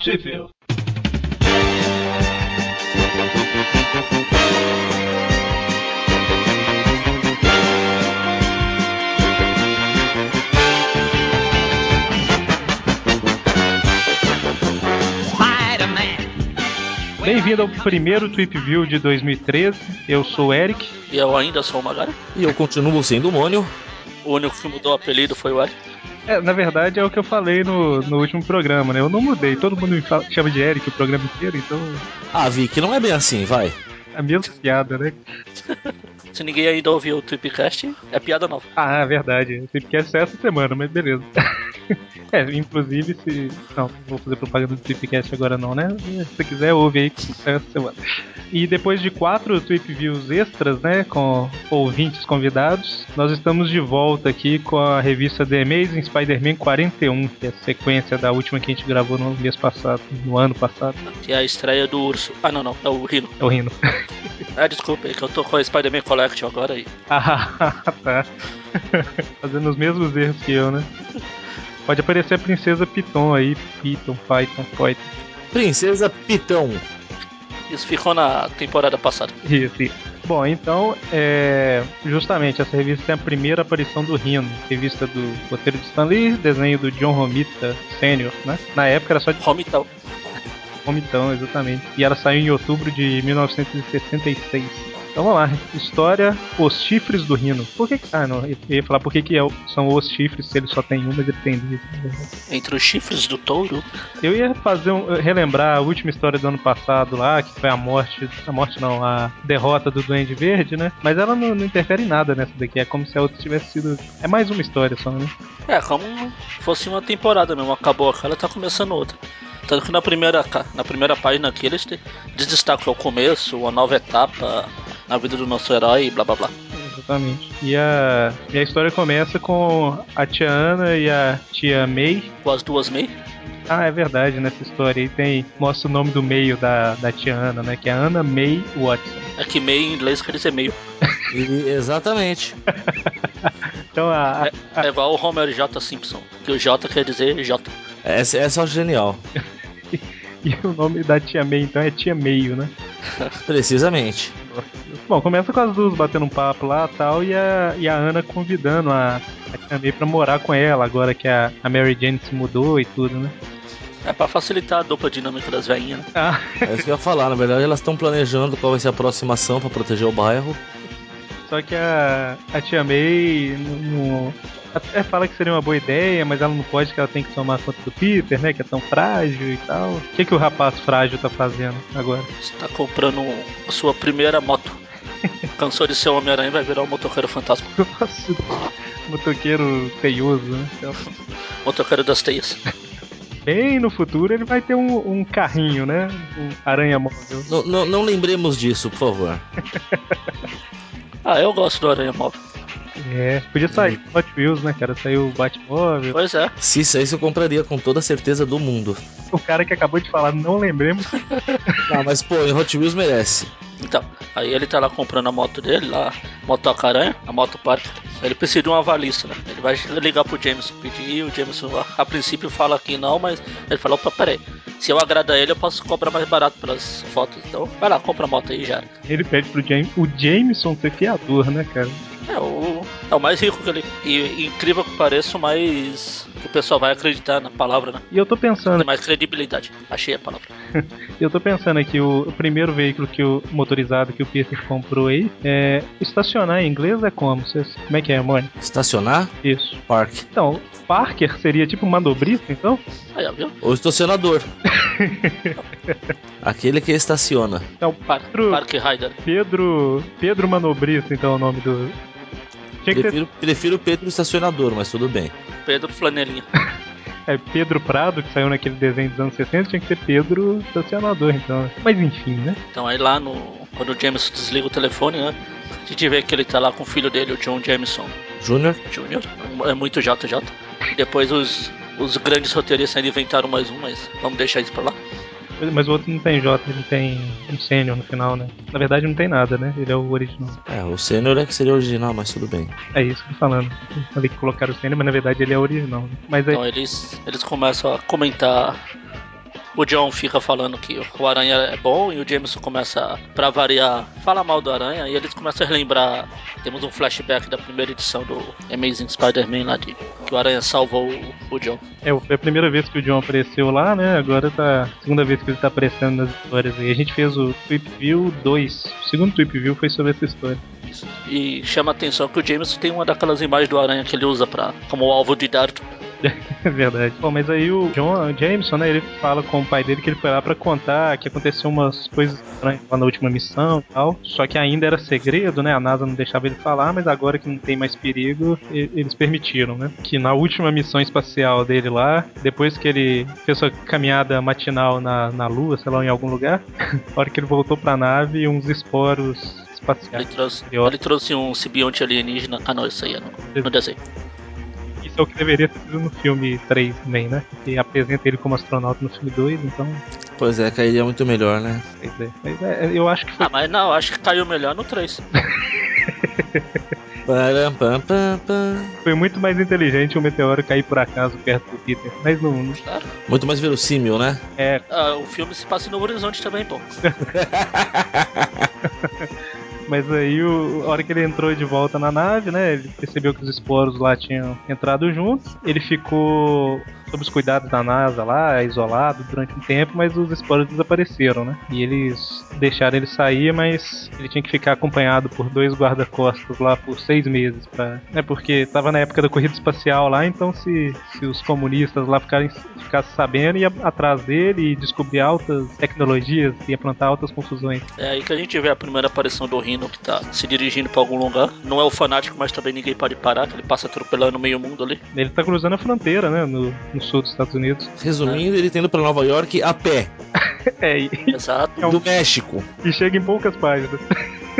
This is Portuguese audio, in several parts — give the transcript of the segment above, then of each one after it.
Sheffield. Bem-vindo ao primeiro Tweep View de 2013. Eu sou o Eric. E eu ainda sou o Magari. E eu continuo sendo um o Mônio. O único que mudou o apelido foi o Eric. É, na verdade é o que eu falei no, no último programa, né? Eu não mudei, todo mundo me fala- chama de Eric o programa inteiro, então Ah, Vic, não é bem assim, vai. é a mesma piada, né? Se ninguém ainda ouviu o Tweepcast, é piada nova. Ah, é verdade. Eu sei que é só essa semana, mas beleza. é, inclusive se. Não, não vou fazer propaganda do Tweepcast agora não, né? Se você quiser, ouve aí que sai essa semana. E depois de quatro Tweep Views extras, né? Com ouvintes convidados, nós estamos de volta aqui com a revista The Amazing Spider-Man 41, que é a sequência da última que a gente gravou no mês passado, no ano passado. Que é a estreia do urso. Ah, não, não, é o Rino. Tô rindo. Ah, desculpa, é que eu tô com a Spider-Man Collection agora aí. Ah, tá. Fazendo os mesmos erros que eu, né? Pode aparecer a princesa Piton aí, Piton, Python, Python. Princesa Pitão. Isso ficou na temporada passada. Isso, isso. Bom, então, é, justamente essa revista tem a primeira aparição do Rino, revista do roteiro de Stan Lee, desenho do John Romita Sr., né? Na época era só de Romital. Comitão, exatamente. E ela saiu em outubro de 1966. Então vamos lá, história Os Chifres do Rino. Por que que... Ah, não, eu ia falar por que que é o- são os chifres se ele só tem um, mas ele tem dois. Entre os chifres do touro, Eu ia fazer um, relembrar a última história do ano passado lá, que foi a morte, a morte não, a derrota do Duende Verde, né? Mas ela não, não interfere em nada nessa daqui, é como se a outra tivesse sido... É mais uma história só, né? é como fosse uma temporada mesmo. Acabou aquela, tá começando outra. Tanto que na primeira, ca- na primeira página aqui eles te- eles destacam o começo, uma nova etapa na vida do nosso herói, blá blá blá. Exatamente. E a, e a história começa com a tia Ana e a tia May Com as duas mei. Ah, é verdade, nessa história aí tem. Mostra o nome do meio da, da tia Ana, né? Que é Ana May Watson. É que meio em inglês quer dizer meio. E- exatamente. Então a. a- É igual o Homer J. Simpson, que o J quer dizer J. Essa, essa é genial. e o nome da tia May, então, é tia Meio, né? Precisamente. Bom, começa com as duas batendo um papo lá tal, e a, e a Ana convidando a, a tia May pra morar com ela, agora que a, a Mary Jane se mudou e tudo, né? É pra facilitar a dupla dinâmica das veinhas, né? Ah, É isso que eu ia falar, na verdade elas estão planejando qual vai ser a próxima ação pra proteger o bairro. só que a, a tia May não. não- Até fala que seria uma boa ideia, mas ela não pode, que ela tem que tomar conta do Peter, né? Que é tão frágil e tal. O que, que o rapaz frágil tá fazendo agora? Você tá comprando a sua primeira moto. Cansou de ser um Homem-Aranha e vai virar um motoqueiro fantasma. Nossa, motoqueiro teioso, né? Então, Motoqueiro das teias. Bem no futuro ele vai ter um, um carrinho, né? Um aranha móvel. Não- não- não lembremos disso, por favor. Ah, eu gosto do Aranha Móvel. É, podia sair o Hot Wheels, né, cara? Saiu o Batmóvel. Pois é. Se isso aí eu compraria com toda a certeza do mundo. O cara que acabou de falar, não lembremos. Ah, mas pô, em Hot Wheels merece. Então, aí ele tá lá comprando a moto dele, lá, motoca aranha, a moto parque. Ele precisa de uma valista, né? Ele vai ligar pro Jameson pedir, o Jameson a, a princípio fala que não, mas ele fala, opa, peraí, se eu agradar ele eu posso cobrar mais barato pelas fotos, então vai lá, compra a moto aí já. Ele pede pro James, o Jameson ser fiador, né, cara? É o, é o mais rico que ele. E, e incrível que pareça, o mais. que o pessoal vai acreditar na palavra, né? E eu tô Tem pensando, mais credibilidade. Achei a palavra. eu tô pensando aqui, o, o primeiro veículo que o motorizado que o Peter comprou aí, é, estacionar em inglês é como? Vocês, como é que é, Mônica? Estacionar? Isso. Parque. Então, Parker seria tipo um manobrista, então? Aí, ó, viu? Ou estacionador. Aquele que estaciona. Então, Par, Pedro- Park Rider. Pedro. Pedro Manobrista, então é o nome do. Tinha que ser Prefiro, prefiro o Pedro estacionador, mas tudo bem. Pedro Flanelinha. é, Pedro Prado, que saiu naquele desenho dos anos 60, tinha que ser Pedro Estacionador, então. Mas enfim, né? Então aí lá no. Quando o Jameson desliga o telefone, né? A gente vê que ele tá lá com o filho dele, o John Jameson Júnior? Jr. É muito JJ. Depois os, os grandes roteiristas ainda inventaram mais um, mas vamos deixar isso pra lá. Mas o outro não tem J, ele tem um sênior no final, né? Na verdade não tem nada, né? Ele é o original. É, o sênior é que seria original, mas tudo bem. É isso que eu tô falando. Eu Falei que é, é- colocaram o sênior, mas na verdade ele é o original. né? Mas aí. Então eles, eles começam a comentar o John fica falando que o Aranha é bom e o Jameson começa, pra variar, fala mal do Aranha e eles começam a lembrar. Temos um flashback da primeira edição do Amazing Spider-Man lá de que o Aranha salvou o, o John. É, foi a primeira vez que o John apareceu lá, né? Agora tá. Segunda vez que ele tá aparecendo nas histórias aí. A gente fez o Tweep View 2. O segundo Tweep View foi sobre essa história. E chama a atenção que o Jameson tem uma daquelas imagens do Aranha que ele usa pra, como alvo de dardo. É verdade. Bom, mas aí o John Jameson, né, ele fala com o pai dele que ele foi lá pra contar que aconteceu umas coisas estranhas lá na última missão e tal. Só que ainda era segredo, né? A NASA não deixava ele falar, mas agora que não tem mais perigo, e- eles permitiram, né? Que na última missão espacial dele lá, depois que ele fez sua caminhada matinal na, na Lua, sei lá, em algum lugar, a hora que ele voltou pra nave, uns esporos Ele espaciais. trouxe, ele trouxe um simbionte alienígena. Ah não, isso aí é no, no desenho. Isso é o que deveria ter sido no filme 3 também, né? Que apresenta ele como astronauta no filme 2, então. Pois é, cairia muito melhor, né? Pois é. Mas é, eu acho que foi. Ah, mas não, acho que caiu melhor no 3. Param, pam, pam, pam. Foi muito mais inteligente o meteoro cair por acaso perto do Peter. Mas não. não- Claro. Muito mais verossímil, né? É, Ah, o filme se passa no horizonte também, pô. mas aí o, a hora que ele entrou de volta na nave, né? Ele percebeu que os esporos lá tinham entrado juntos. Ele ficou sob os cuidados da NASA lá, isolado durante um tempo, mas os esporos desapareceram, né? E eles deixaram ele sair, mas ele tinha que ficar acompanhado por dois guarda-costas lá por seis meses. Pra, né, porque tava na época da corrida espacial lá, então se, se os comunistas lá ficarem, ficassem sabendo, ia atrás dele e descobrir altas tecnologias, ia plantar altas confusões. É aí que a gente vê a primeira aparição do Rino que tá se dirigindo pra algum lugar. Não é o fanático, mas também ninguém pode parar, que ele passa atropelando meio mundo ali. Ele tá cruzando a fronteira, né? No, no sul dos Estados Unidos. Resumindo, ele tá indo pra Nova York a pé, É, e, Exato. É um- do México. e chega em poucas páginas.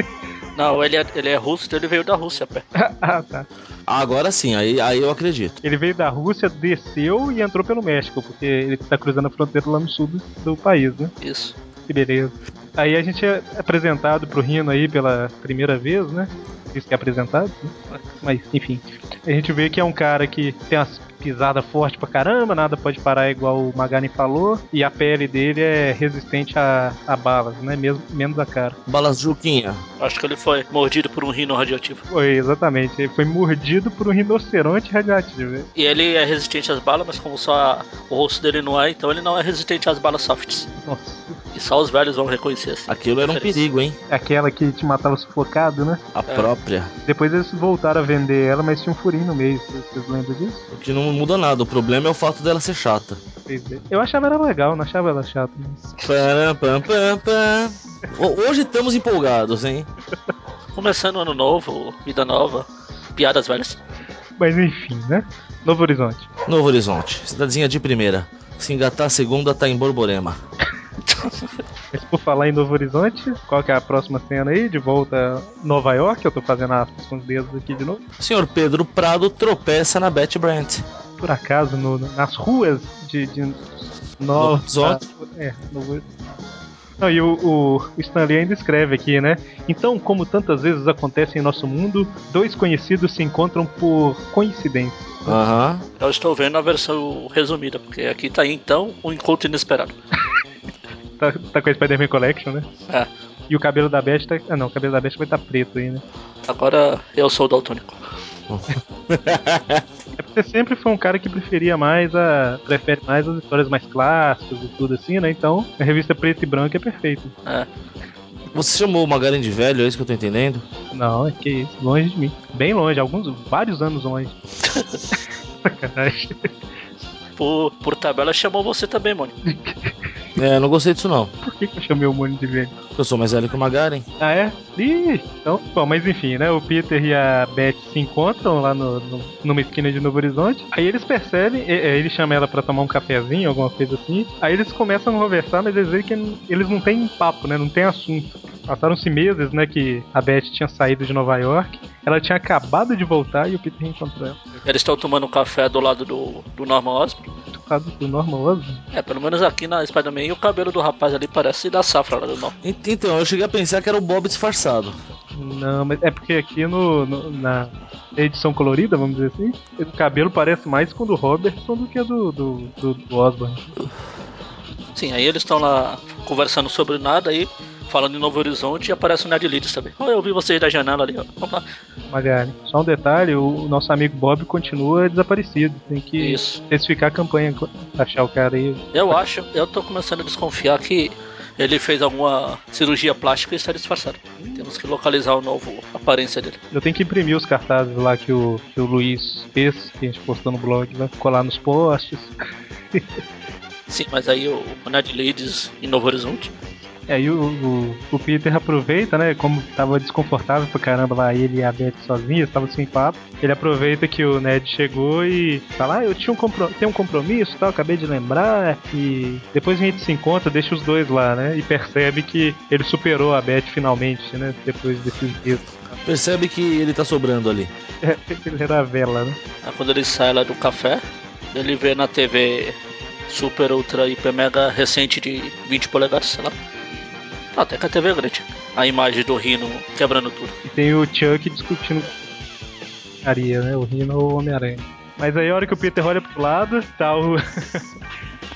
Não, ele é, ele é russo, então ele veio da Rússia, pé. ah, tá. Agora sim, aí, aí eu acredito. Ele veio da Rússia, desceu e entrou pelo México, porque ele tá cruzando a fronteira lá no sul do, do país, né? Isso. Que beleza. Aí a gente é apresentado pro Rino aí pela primeira vez, né? Isso que é apresentado, né? mas enfim. A gente vê que é um cara que tem umas pisadas fortes pra caramba, nada pode parar igual o Magani falou, e a pele dele é resistente a, a balas, né? Mesmo, menos a cara. Balas Juquinha. Acho que ele foi mordido por um rino radioativo. Foi, exatamente. Ele foi mordido por um rinoceronte radioativo. E ele é resistente às balas, mas como só a- o rosto dele não é, então ele não é resistente às balas softs. Nossa. E só os velhos vão reconhecer assim. Aquilo era um perigo, hein? Aquela que te matava sufocado, né? A própria. Depois eles voltaram a vender ela, mas tinha um furinho no meio. Vocês vocês lembram disso? O que não muda nada. O problema é o fato dela ser chata. Pois é. Eu achava ela legal, não achava ela chata. Param, pam, pam, pam. Ho- Hoje estamos empolgados, hein? Começando o ano novo, vida nova, piadas velhas. Mas enfim, né? Novo Horizonte. Novo Horizonte, cidadezinha de primeira. Se engatar a segunda, tá em Borborema. Mas por falar em Novo Horizonte, qual que é a próxima cena aí? De volta a Nova York, eu tô fazendo aspas com os dedos aqui de novo. O senhor Pedro Prado tropeça na Betty Brandt. Por acaso, no- nas ruas de, de Nova... Novo Horizonte. É, Novo Não, e o, o Stanley ainda escreve aqui, né? Então, como tantas vezes acontece em nosso mundo, dois conhecidos se encontram por coincidência. Aham. Eu estou vendo a versão resumida, porque aqui tá aí então um encontro inesperado. Tá, tá com a Spider-Man Collection, né? É, E o cabelo da Beth tá... Ah, não, o cabelo da Beth vai estar preto aí, né? agora eu sou o daltônico. É porque você sempre foi um cara que preferia mais a... Prefere mais as histórias mais clássicas e tudo assim, né? Então, a revista preto e branco é perfeita. É, Você chamou o Magaren de velho, é isso que eu tô entendendo? Não, é que isso, longe de mim. Bem longe, alguns, vários anos longe. Sacanagem. por, por tabela chamou você também, Mônica. É, não gostei disso não. Por que, que eu chamei o Mônio de velho? Eu sou mais velho que o Magaren. Ah, é? Ih, então. Bom, mas enfim, né? O Peter e a Beth se encontram lá no, no- numa esquina de Novo Horizonte. Aí eles percebem, e- é, ele chama ela pra tomar um cafezinho, alguma coisa assim. Aí eles começam a conversar, mas eles veem que n- eles não têm papo, né? Não tem assunto. Passaram-se meses, né? Que a Beth tinha saído de Nova York. Ela tinha acabado de voltar e o Peter encontrou ela. Eles estão tomando um café do lado do, do Norman Osborn. Por causa do Norman Osborn. É, pelo menos aqui na Spider-Man e o cabelo do rapaz ali parece da safra lá do Norman. Ent- Então, eu cheguei a pensar que era o Bob disfarçado. Não, mas é porque aqui no, no- na edição colorida, vamos dizer assim, o cabelo parece mais com o do Robertson do que do, do, do, do Osborn. Sim, aí eles estão lá conversando sobre nada aí. Falando em Novo Horizonte, e aparece o Ned Leeds também. Oh, eu vi vocês da janela ali, ó. Vamos lá. Magari. Só um detalhe, o nosso amigo Bob continua desaparecido. Tem que Isso. intensificar a campanha co- achar o cara aí. Eu acho, eu tô começando a desconfiar que ele fez alguma cirurgia plástica e está disfarçado. Temos que localizar o novo a aparência dele. Eu tenho que imprimir os cartazes lá que o, que o Luiz fez, que a gente postou no blog, vai colar nos postes. Sim, mas aí o, o Ned Leeds em Novo Horizonte. É, E aí o, o, o Peter aproveita, né? Como tava desconfortável pra caramba lá ele e a Beth sozinhas, tava sem papo. Ele aproveita que o Ned chegou e fala: Ah, eu tinha um, compro tenho um compromisso e tal, acabei de lembrar. E depois a gente se encontra, deixa os dois lá, né? E percebe que ele superou a Beth finalmente, né? Depois desses dias. Percebe que ele tá sobrando ali. ele era a vela, né? Aí quando ele sai lá do café, ele vê na TV super, ultra, hiper, mega recente de 20 polegadas, sei lá. Ah, até que a TV é grande. A imagem do Rino quebrando tudo. E tem o Chuck discutindo com a Aria, né? O Rino ou o Homem-Aranha. Mas aí a hora que o Peter olha pro lado, tá o,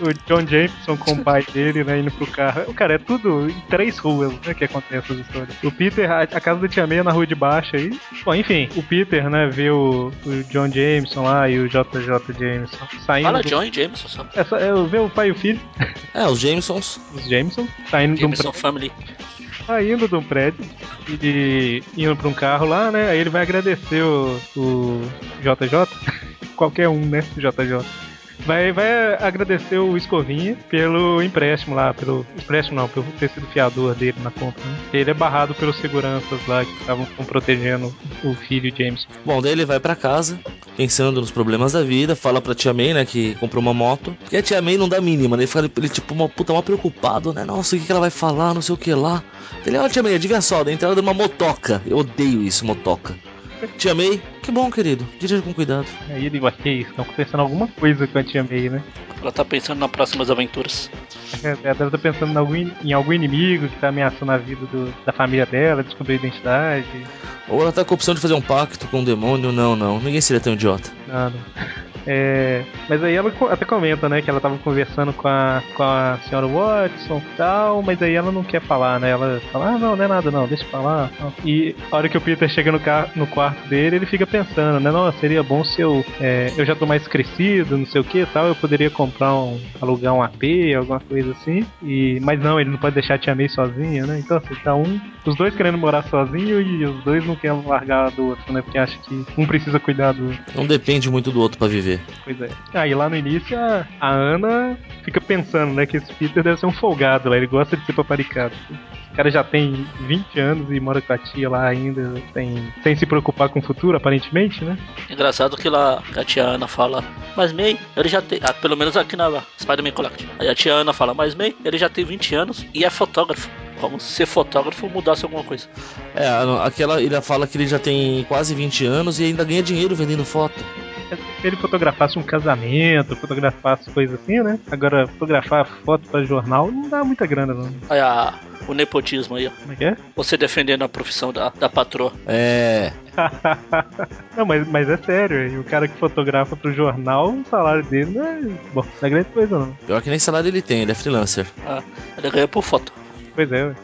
o John Jameson com o pai dele, né, indo pro carro. Cara, é tudo em três ruas, né, que acontece essas histórias. O Peter, a, a casa da Tia Meia na rua de baixo aí. Bom, enfim, o Peter, né, vê o, o John Jameson lá e o JJ Jameson saindo... Fala do- John e Jameson, só. É, só- é, eu ver o pai e o filho, É, os Jamesons. os Jameson, saindo de um Jameson Family. saindo de um prédio e indo pra um carro lá, né? Aí ele vai agradecer o, o JJ, qualquer um, né? JJ. Vai, vai agradecer o Escovinha pelo empréstimo lá, pelo empréstimo não, pelo ter sido fiador dele na compra. Né? Ele é barrado pelos seguranças lá que estavam protegendo o filho James. Bom, daí ele vai pra casa, pensando nos problemas da vida, fala pra tia May, né, que comprou uma moto. Porque a tia May não dá mínima, né? Ele fica, ele, tipo, uma puta mal preocupado, né? Nossa, o que, que ela vai falar, não sei o que lá. Ele, ó, tia May, adivinha só, dentro ela deu uma motoca. Eu odeio isso, motoca. Tia May, que bom, querido. Dirija com cuidado. Aí ele vai, que isso, estão acontecendo alguma coisa com a tia May, né? Ela tá pensando nas próximas aventuras. É, Ela deve estar pensando em algum, em algum inimigo que tá ameaçando a vida do- da família dela, descobrir a identidade. Ou ela tá com a opção de fazer um pacto com o demônio. Não, não. Ninguém seria tão idiota. Não, não. É, mas aí ela co- até comenta, né, que ela tava conversando com a, com a senhora Watson e tal, mas aí ela não quer falar, né? Ela fala, ah, não, não é nada não, deixa pra lá. tal. E a hora que o Peter chega no, ca- no quarto dele, ele fica pensando, né? Nossa, seria bom se eu, é, eu já tô mais crescido, não sei o que tal, eu poderia comprar um, alugar um AP, alguma coisa assim. E, mas não, ele não pode deixar a Tia May sozinha, né? Então, assim, tá um, os dois querendo morar sozinho e os dois não querem largar do outro, né? Porque acha que um precisa cuidar do Não depende muito do outro pra viver. Pois é. Aí lá no início a, a Ana fica pensando, né, que esse Peter deve ser um folgado lá, ele gosta de ser paparicado. O cara já tem 20 anos e mora com a tia lá ainda, sem, sem se preocupar com o futuro, aparentemente, né? Engraçado que lá que a tia Ana fala, mas May, ele já tem. ah, pelo menos aqui na Spider-Man Collect. Aí a tia Ana fala, mas May, ele já tem 20 anos e é fotógrafo. Como se ser fotógrafo mudasse alguma coisa. É, a- aquela. Ele fala que ele já tem quase 20 anos e ainda ganha dinheiro vendendo foto. É Se ele fotografasse um casamento, fotografasse coisa assim, né? Agora, fotografar foto pra jornal não dá muita grana, não. Aí a, o nepotismo aí, ó. Como é que é? Você defendendo a profissão da, da patroa. É. não, mas, mas é sério, e o cara que fotografa pro jornal, o salário dele não é, bom, não é grande coisa, não. Pior que nem salário ele tem, ele é freelancer. Ah, ele ganha por foto. Pois é. ué.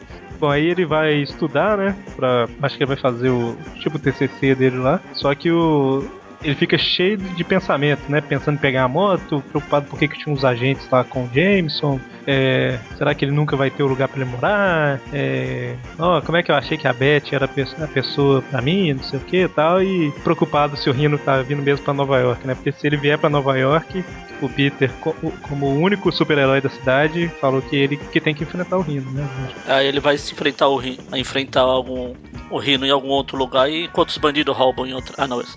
Bom, aí ele vai estudar, né? Pra, acho que ele vai fazer o tipo TCC dele lá. Só que o ele fica cheio de pensamento, né? Pensando em pegar a moto, preocupado por que que tinha uns agentes lá com o Jameson. É, será que ele nunca vai ter o lugar pra ele morar? É, ó, como é que eu achei que a Beth era a pe- a pessoa pra mim, não sei o que e tal. E preocupado se o Rino tá vindo mesmo pra Nova York, né? Porque se ele vier pra Nova York, o Peter, co- como o único super-herói da cidade, falou que ele que tem que enfrentar o Rino, né? Aí ele vai se enfrentar o ri- a enfrentar algum o rino em algum outro lugar e enquanto os bandidos roubam em outro. Ah não, esse,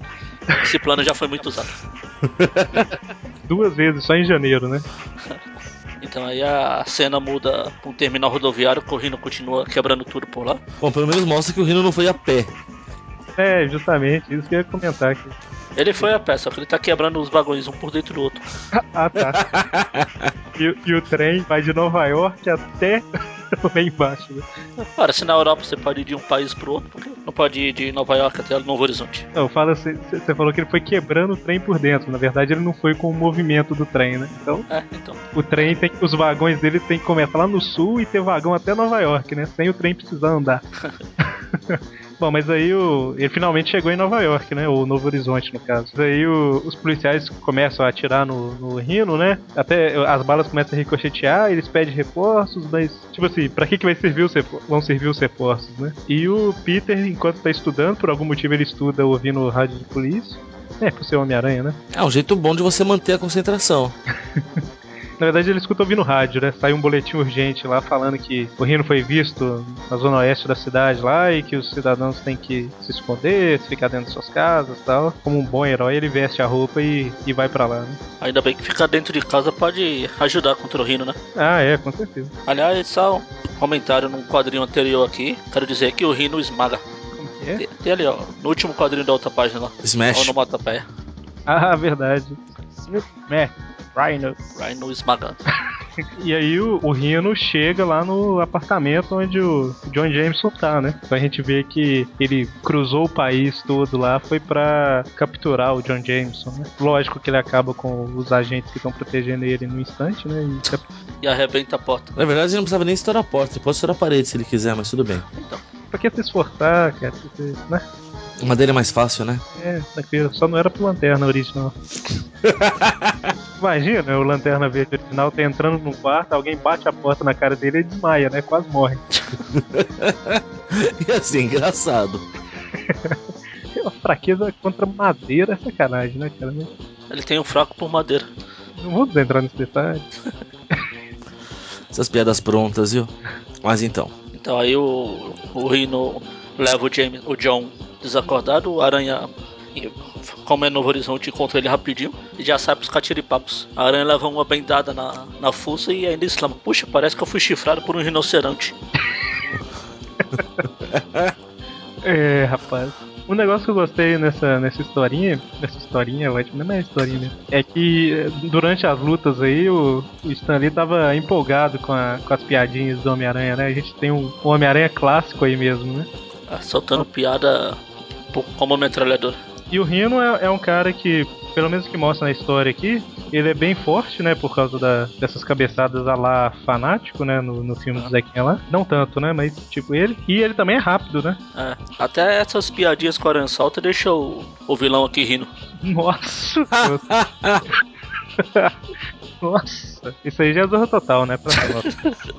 esse plano já foi muito usado. Duas vezes só em janeiro, né? Então aí a cena muda pra um terminal rodoviário, que o Rino continua quebrando tudo por lá. Bom, pelo menos mostra que o Rino não foi a pé. É, justamente, isso que eu ia comentar aqui. Ele foi a peça, só que ele tá quebrando os vagões um por dentro do outro. Ah, tá. e, e o trem vai de Nova York até lá embaixo. Né? Ora, se na Europa você pode ir de um país pro outro, por que não pode ir de Nova York até Novo Horizonte? Não, fala assim, você falou que ele foi quebrando o trem por dentro. Na verdade, ele não foi com o movimento do trem, né? Então, É, então. o trem tem os vagões dele tem que começar lá no sul e ter vagão até Nova York, né? Sem o trem precisar andar. Bom, mas aí o, ele finalmente chegou em Nova York, né? Ou Novo Horizonte, no caso. Mas Aí o- os policiais começam a atirar no, no Rino, né? Até as balas começam a ricochetear, eles pedem reforços, mas, tipo assim, pra que, que vai servir os refor- vão servir os reforços, né? E o Peter, enquanto tá estudando, por algum motivo ele estuda ouvindo o rádio de polícia. É, por ser Homem-Aranha, né? É um jeito bom de você manter a concentração. Na verdade, ele escuta ouvindo rádio, né? Saiu um boletim urgente lá falando que o Rino foi visto na zona oeste da cidade lá e que os cidadãos têm que se esconder, se ficar dentro de suas casas e tal. Como um bom herói, ele veste a roupa e, e vai pra lá, né? Ainda bem que ficar dentro de casa pode ajudar contra o Rino, né? Ah, é, com certeza. Aliás, só um comentário num quadrinho anterior aqui. Quero dizer que o Rino esmaga. Como que é? Tem tem ali, ó, no último quadrinho da outra página lá. Ou Smash. no motapé. Ah, verdade. É, Rhino. Rhino esmagando. E aí o, o Rino chega lá no apartamento onde o John Jameson tá, né? Então a gente vê que ele cruzou o país todo lá, foi pra capturar o John Jameson, né? Lógico que ele acaba com os agentes que estão protegendo ele no instante, né? E cap- E arrebenta a porta. Na verdade, ele não precisava nem estourar a porta, ele pode estourar a parede se ele quiser, mas tudo bem. Então, pra que se esforçar, cara? Você- né? Madeira é mais fácil, né? É, tranquilo. Só não era pro Lanterna original. Imagina, o Lanterna Verde original tá entrando num quarto, alguém bate a porta na cara dele e ele desmaia, né? Quase morre. Ia ser engraçado. É uma fraqueza contra madeira, é sacanagem, né, cara? Mas ele tem um fraco por madeira. Não vamos entrar nesse detalhe. Essas piadas prontas, viu? Mas então. Então aí o, o Rino leva o James, o John desacordado, o Aranha e- como é Novo Horizonte, encontra ele rapidinho e já sai pros catiripapos. A aranha leva uma bendada na, na fuça e ainda exclama: Puxa, parece que eu fui chifrado por um rinoceronte. É, rapaz. Um negócio que eu gostei nessa, nessa historinha, nessa historinha, ótimo, não é historinha, né? É que eh, durante as lutas aí o, o Stan Lee tava empolgado com, a- com as piadinhas do Homem-Aranha, né? A gente tem um, um Homem-Aranha clássico aí mesmo, né? Ah, Soltando piada po- como metralhadora. E o Rino é, é um cara que, pelo menos que mostra na história aqui, ele é bem forte, né? Por causa da- dessas cabeçadas a lá fanático, né? No, no filme do Zequinha lá. Não tanto, né? Mas tipo ele. E ele também é rápido, né? É, até essas piadinhas com a aranha solta deixa o, o vilão aqui rindo. Nossa! Deus. Nossa, isso aí já é zorra total, né? Pra nós.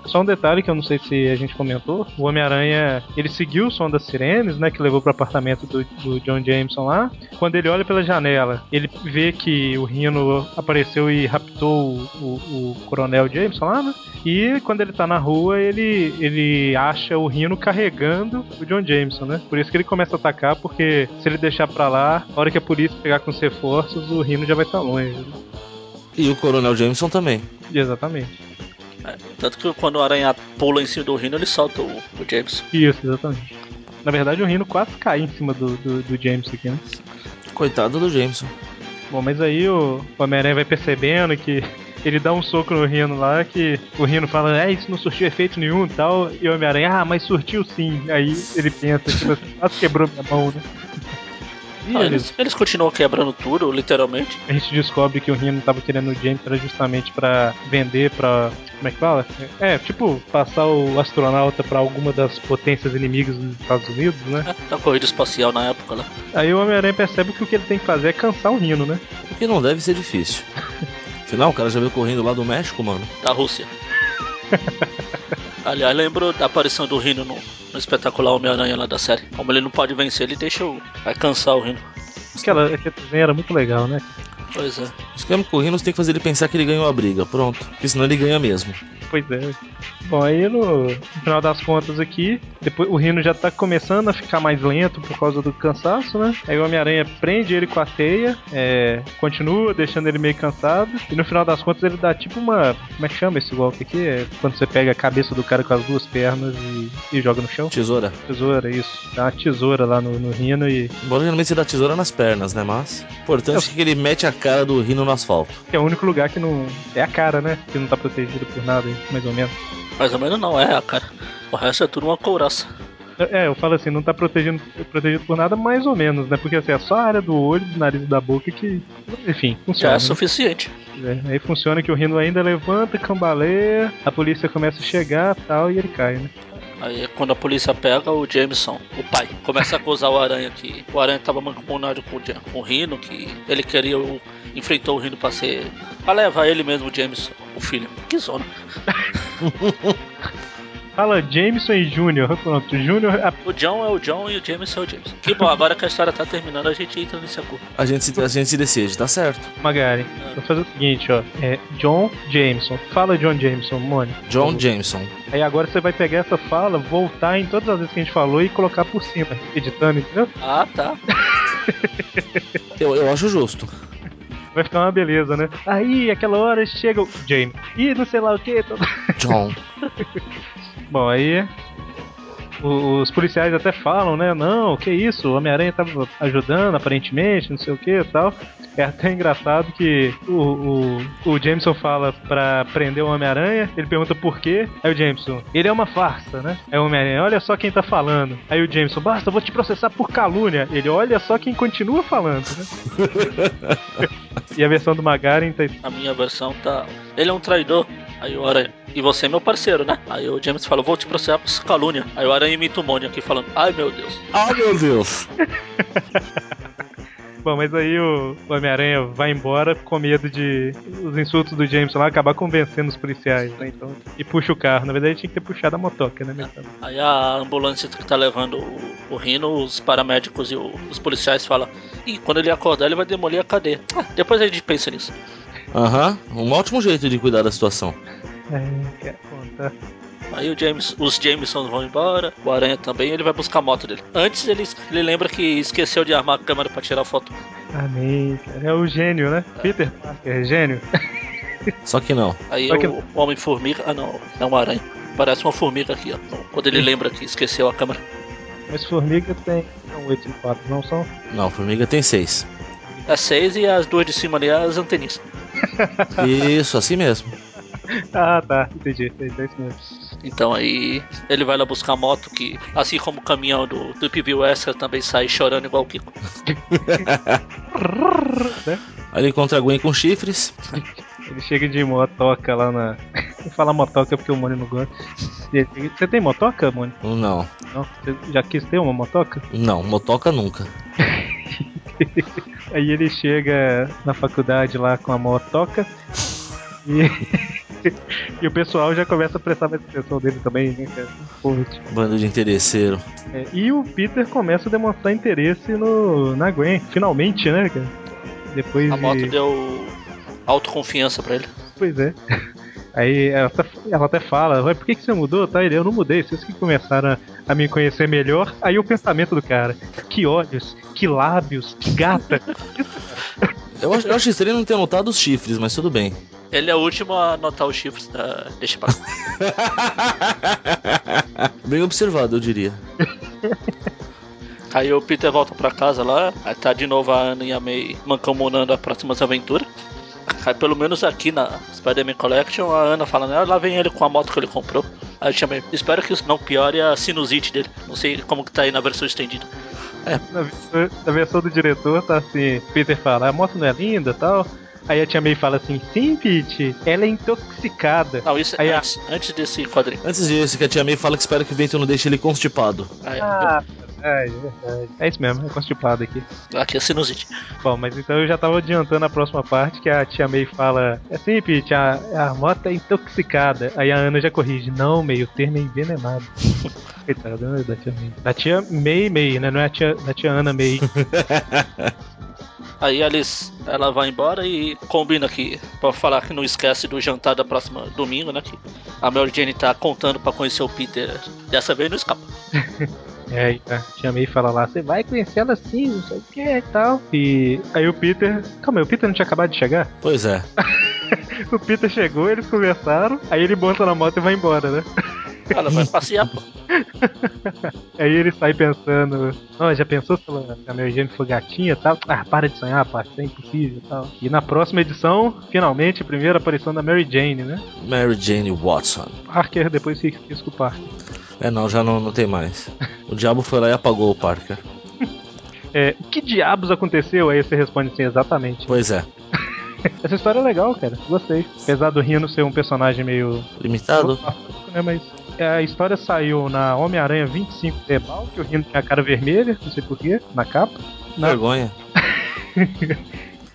Só um detalhe que eu não sei se a gente comentou: o Homem-Aranha ele seguiu o som das sirenes, né? Que levou pro apartamento do, do John Jameson lá. Quando ele olha pela janela, ele vê que o Rino apareceu e raptou o, o- o Coronel Jameson lá, né? E quando ele tá na rua, ele, ele acha o Rino carregando o John Jameson, né? Por isso que ele começa a atacar, porque se ele deixar pra lá, a hora que a polícia pegar com os reforços, o Rino já vai estar longe. né? E o Coronel Jameson também. Exatamente. É, tanto que quando a aranha pula em cima do rino, ele solta o, o James. Isso, exatamente. Na verdade, o Rino quase cai em cima do, do, do Jameson aqui, né? Coitado do Jameson. Bom, mas aí o o Homem-Aranha vai percebendo que ele dá um soco no Rino lá, que o Rino fala, é, isso não surtiu efeito nenhum e tal. E o Homem-Aranha, ah, mas surtiu sim. Aí ele pensa, tipo assim, quase quebrou minha mão, né? E Ah, ele- eles, eles continuam quebrando tudo, literalmente. a gente descobre que o Rino tava querendo o James era justamente pra vender pra. Como é que fala? É, tipo, passar o astronauta pra alguma das potências inimigas dos Estados Unidos, né? É, da corrida espacial na época né? lá. Aí o Homem-Aranha percebe que o que ele tem que fazer é cansar o Rino, né? O que não deve ser difícil. Afinal, o cara já veio correndo lá do México, mano. da Rússia. Aliás, lembrou da aparição do Rino no, no espetacular Homem-Aranha lá da série. Como ele não pode vencer, ele deixa o. Vai cansar o Rino. Aquela, aquele desenho era muito legal, né? Pois é. Os caras correndo tem que fazer ele pensar que ele ganhou a briga. Pronto. Porque senão ele ganha mesmo. Pois é. Bom, aí no, no final das contas aqui, depois o Rino já tá começando a ficar mais lento por causa do cansaço, né? Aí o Homem-Aranha prende ele com a teia, é, continua deixando ele meio cansado, e no final das contas ele dá tipo uma. Como é que chama esse golpe aqui? É quando você pega a cabeça do cara com as duas pernas e, e joga no chão? Tesoura. Tesoura, isso. Dá uma tesoura lá no, no Rino e. Embora geralmente você dá tesoura nas pernas, né? Mas. O importante é que ele mete a cara do rino no asfalto. que é o único lugar que não. É a cara, né? Que não tá protegido por nada, mais ou menos. Mais ou menos não, é, a cara. O resto é tudo uma couraça. É, eu falo assim, não tá protegido, protegido por nada, mais ou menos, né? Porque assim, é só a área do olho, do nariz e da boca que. Enfim, Já funciona. é né? suficiente. É, aí funciona que o rino ainda levanta, cambaleia, a polícia começa a chegar tal, e ele cai, né? Aí é quando a polícia pega o Jameson, o pai, começa a acusar o Aranha que o Aranha tava mancomunado com o, Ja- com o Rino, que ele queria o, enfrentou o Rino pra ser. pra levar ele mesmo, o Jameson, o filho. Que zona. Fala Jameson e Júnior. Pronto, Júnior. a- O John é o John e o Jameson é o Jameson. Que bom, agora que a história tá terminando, a gente entra nesse acordo. A gente, se- a gente se decide, tá certo. Magari, vou fazer o seguinte, ó. É John Jameson. Fala John Jameson, Mônica. John Jameson. Aí agora você vai pegar essa fala, voltar em todas as vezes que a gente falou e colocar por cima, editando, entendeu? Ah, tá. Eu, eu acho justo. Vai ficar uma beleza, né? Aí, aquela hora chega o James. Ih, não sei lá o que. John. Bom, aí. o- Os policiais até falam, né? Não, que isso, o Homem-Aranha tava ajudando, aparentemente, não sei o que e tal. É até engraçado que o, o, o Jameson fala pra prender o Homem-Aranha, ele pergunta por quê. Aí o Jameson, ele é uma farsa, né? Aí o Homem-Aranha, olha só quem tá falando. Aí o Jameson, basta, eu vou te processar por calúnia. Ele, olha só quem continua falando, né? e a versão do Magaren tá A minha versão tá. Ele é um traidor. Aí o Aranha. E você é meu parceiro, né? Aí o James fala, vou te processar por calúnia. Aí o Aranha imita o Mônio aqui falando, ai meu Deus. Ah, meu Deus. Bom, mas aí o o Homem-Aranha vai embora com medo de os insultos do Jameson lá acabar convencendo os policiais, né? Então, e puxa o carro. Na verdade, tinha que ter puxado a motoca, né? meu cara? Aí a ambulância que tá levando o, o Rino, os paramédicos e o- os policiais falam, Ih, quando ele acordar ele vai demolir a cadeia. Ah, depois a gente pensa nisso. Aham. Um ótimo jeito de cuidar da situação. É, quer contar. Aí o James, os Jamesons vão embora, o Aranha também, ele vai buscar a moto dele. Antes ele, ele lembra que esqueceu de armar a câmera pra tirar foto. Amei, cara. É o gênio, né? Peter Parker, gênio. Só que não. Aí Só que- o, o Homem-Formiga, ah não, é uma aranha. Parece uma formiga aqui, ó. Quando ele lembra que esqueceu a câmera. Mas formiga tem. São oito e quatro, não são? Não, formiga tem seis. É seis e as duas de cima ali, as anteninhas. Isso, assim mesmo. Ah, tá. Entendi. É isso mesmo. Então aí ele vai lá buscar a moto que, assim como o caminhão do, do PBU Extra também sai chorando igual o Kiko. Né? Aí ele encontra a Gwen com chifres. Ele chega de motoca lá na. Vou falar motoca porque o Mônio não gosta. Ele- Você tem motoca, Mônio? Não, Não? Você já quis ter uma motoca? não, motoca nunca. Aí ele chega na faculdade lá com a motoca e, e o pessoal já começa a prestar mais atenção dele também, né, cara? Porra, tipo, Bando de interesseiro. é, e o Peter começa a demonstrar interesse no, na Gwen, finalmente, né, cara? Depois A moto de... deu autoconfiança pra ele. Pois é. Aí ela até, ela até fala, Ué, por que, que você mudou? Tá, ele, eu não mudei, vocês que começaram a, a me conhecer melhor. Aí o pensamento do cara, que olhos, que lábios, que gata. Eu acho, eu acho estranho não ter notado os chifres, mas tudo bem. Ele é o último a anotar os chifres da. Deixa pra lá. Bem observado, eu diria. Aí o Peter volta pra casa lá, aí tá de novo a Ana e a May mancomunando as próximas aventuras. Aí pelo menos aqui na Spider-Man Collection, a Ana falando, ah, lá vem ele com a moto que ele comprou. Aí eu chamei, espero que isso não piore a sinusite dele. Não sei como que tá aí na versão estendida. Na, versão- na versão do diretor tá assim, Peter fala, a moto não é linda tal. Aí a tia May fala assim, sim, Pete, ela é intoxicada. Não, isso Aí é a- antes, antes desse quadrinho. Antes disso, que a tia May fala que espera que o vento não deixe ele constipado. Aí, Ah, é verdade. É isso mesmo, é constipado aqui. Aqui é sinusite. Bom, mas então eu já tava adiantando a próxima parte, que a tia May fala, é sim, Pete, a, a moto é intoxicada. Aí a Ana já corrige, não, May, o termo é envenenado. Coitada né, da tia May. Da tia May May, né? Não é a tia, da tia Ana May. Aí eles, ela vai embora e combina que, pra falar que não esquece do jantar da próxima domingo, né? Que a Mary Jane tá contando pra conhecer o Peter. Dessa vez não escapa. É, e a Tia May fala lá, você vai conhecer ela sim, não sei o que e tal. E aí o Peter. Calma, aí, o Peter não tinha acabado de chegar? Pois é. O Peter chegou, eles conversaram, aí ele monta na moto e vai embora, né? Ela vai passear, pô. Aí ele sai pensando, ó, já pensou se ela- se a Mary Jane for gatinha e tal? Ah, para de sonhar, pá, isso é impossível e tal. E na próxima edição, finalmente, a primeira aparição da Mary Jane, né? Mary Jane Watson. Parker depois se quis culpar. É, não, já não, não tem mais. O diabo foi lá e apagou o Parker. É, que diabos aconteceu? Aí você responde assim, exatamente. Pois é. Essa história é legal, cara. Gostei. Apesar do Rino ser um personagem meio. Limitado? né, mas. A história saiu na Homem-Aranha 25 Tebal, que o Rino tinha a cara vermelha, não sei porquê, na capa. Na- Vergonha.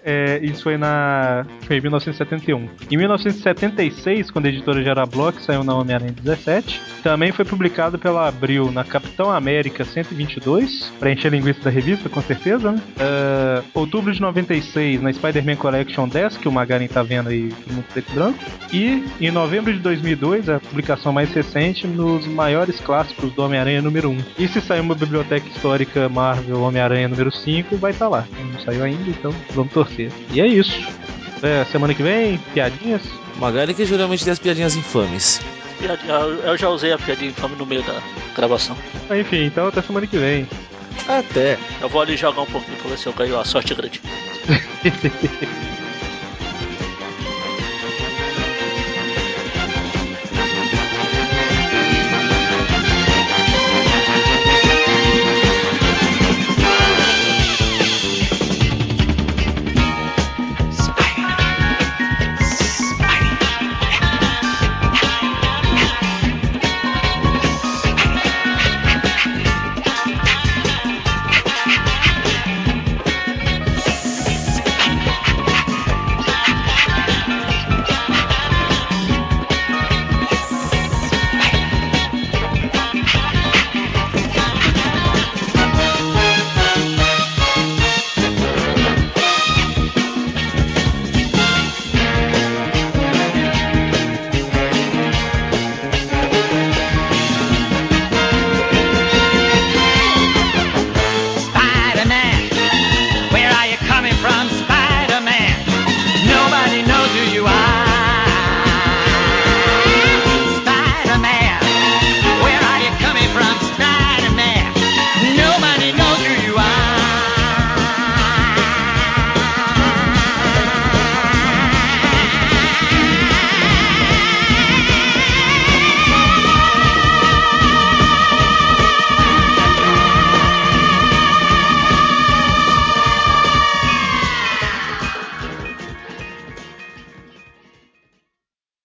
É, isso foi na. Foi em 1971. Em 1976, quando a editora já era Block, saiu na Homem-Aranha 17. Também foi publicado pela Abril na Capitão América 122. Pra encher a linguiça da revista, com certeza, né? Ah, outubro de 96, na Spider-Man Collection 10, que o Magarin tá vendo aí no preto e branco. E em novembro de 2002, a publicação mais recente, nos maiores clássicos do Homem-Aranha número 1. E se sair uma biblioteca histórica Marvel Homem-Aranha número 5, vai estar lá. Não saiu ainda, então vamos torcer. E é isso. É, semana que vem, piadinhas. Magali que geralmente tem as piadinhas infames. Piadinha- Eu já usei a piadinha infame no meio da gravação. Enfim, então até semana que vem. Até. Eu vou ali jogar um pouquinho pra ver se eu ganho a sorte grande.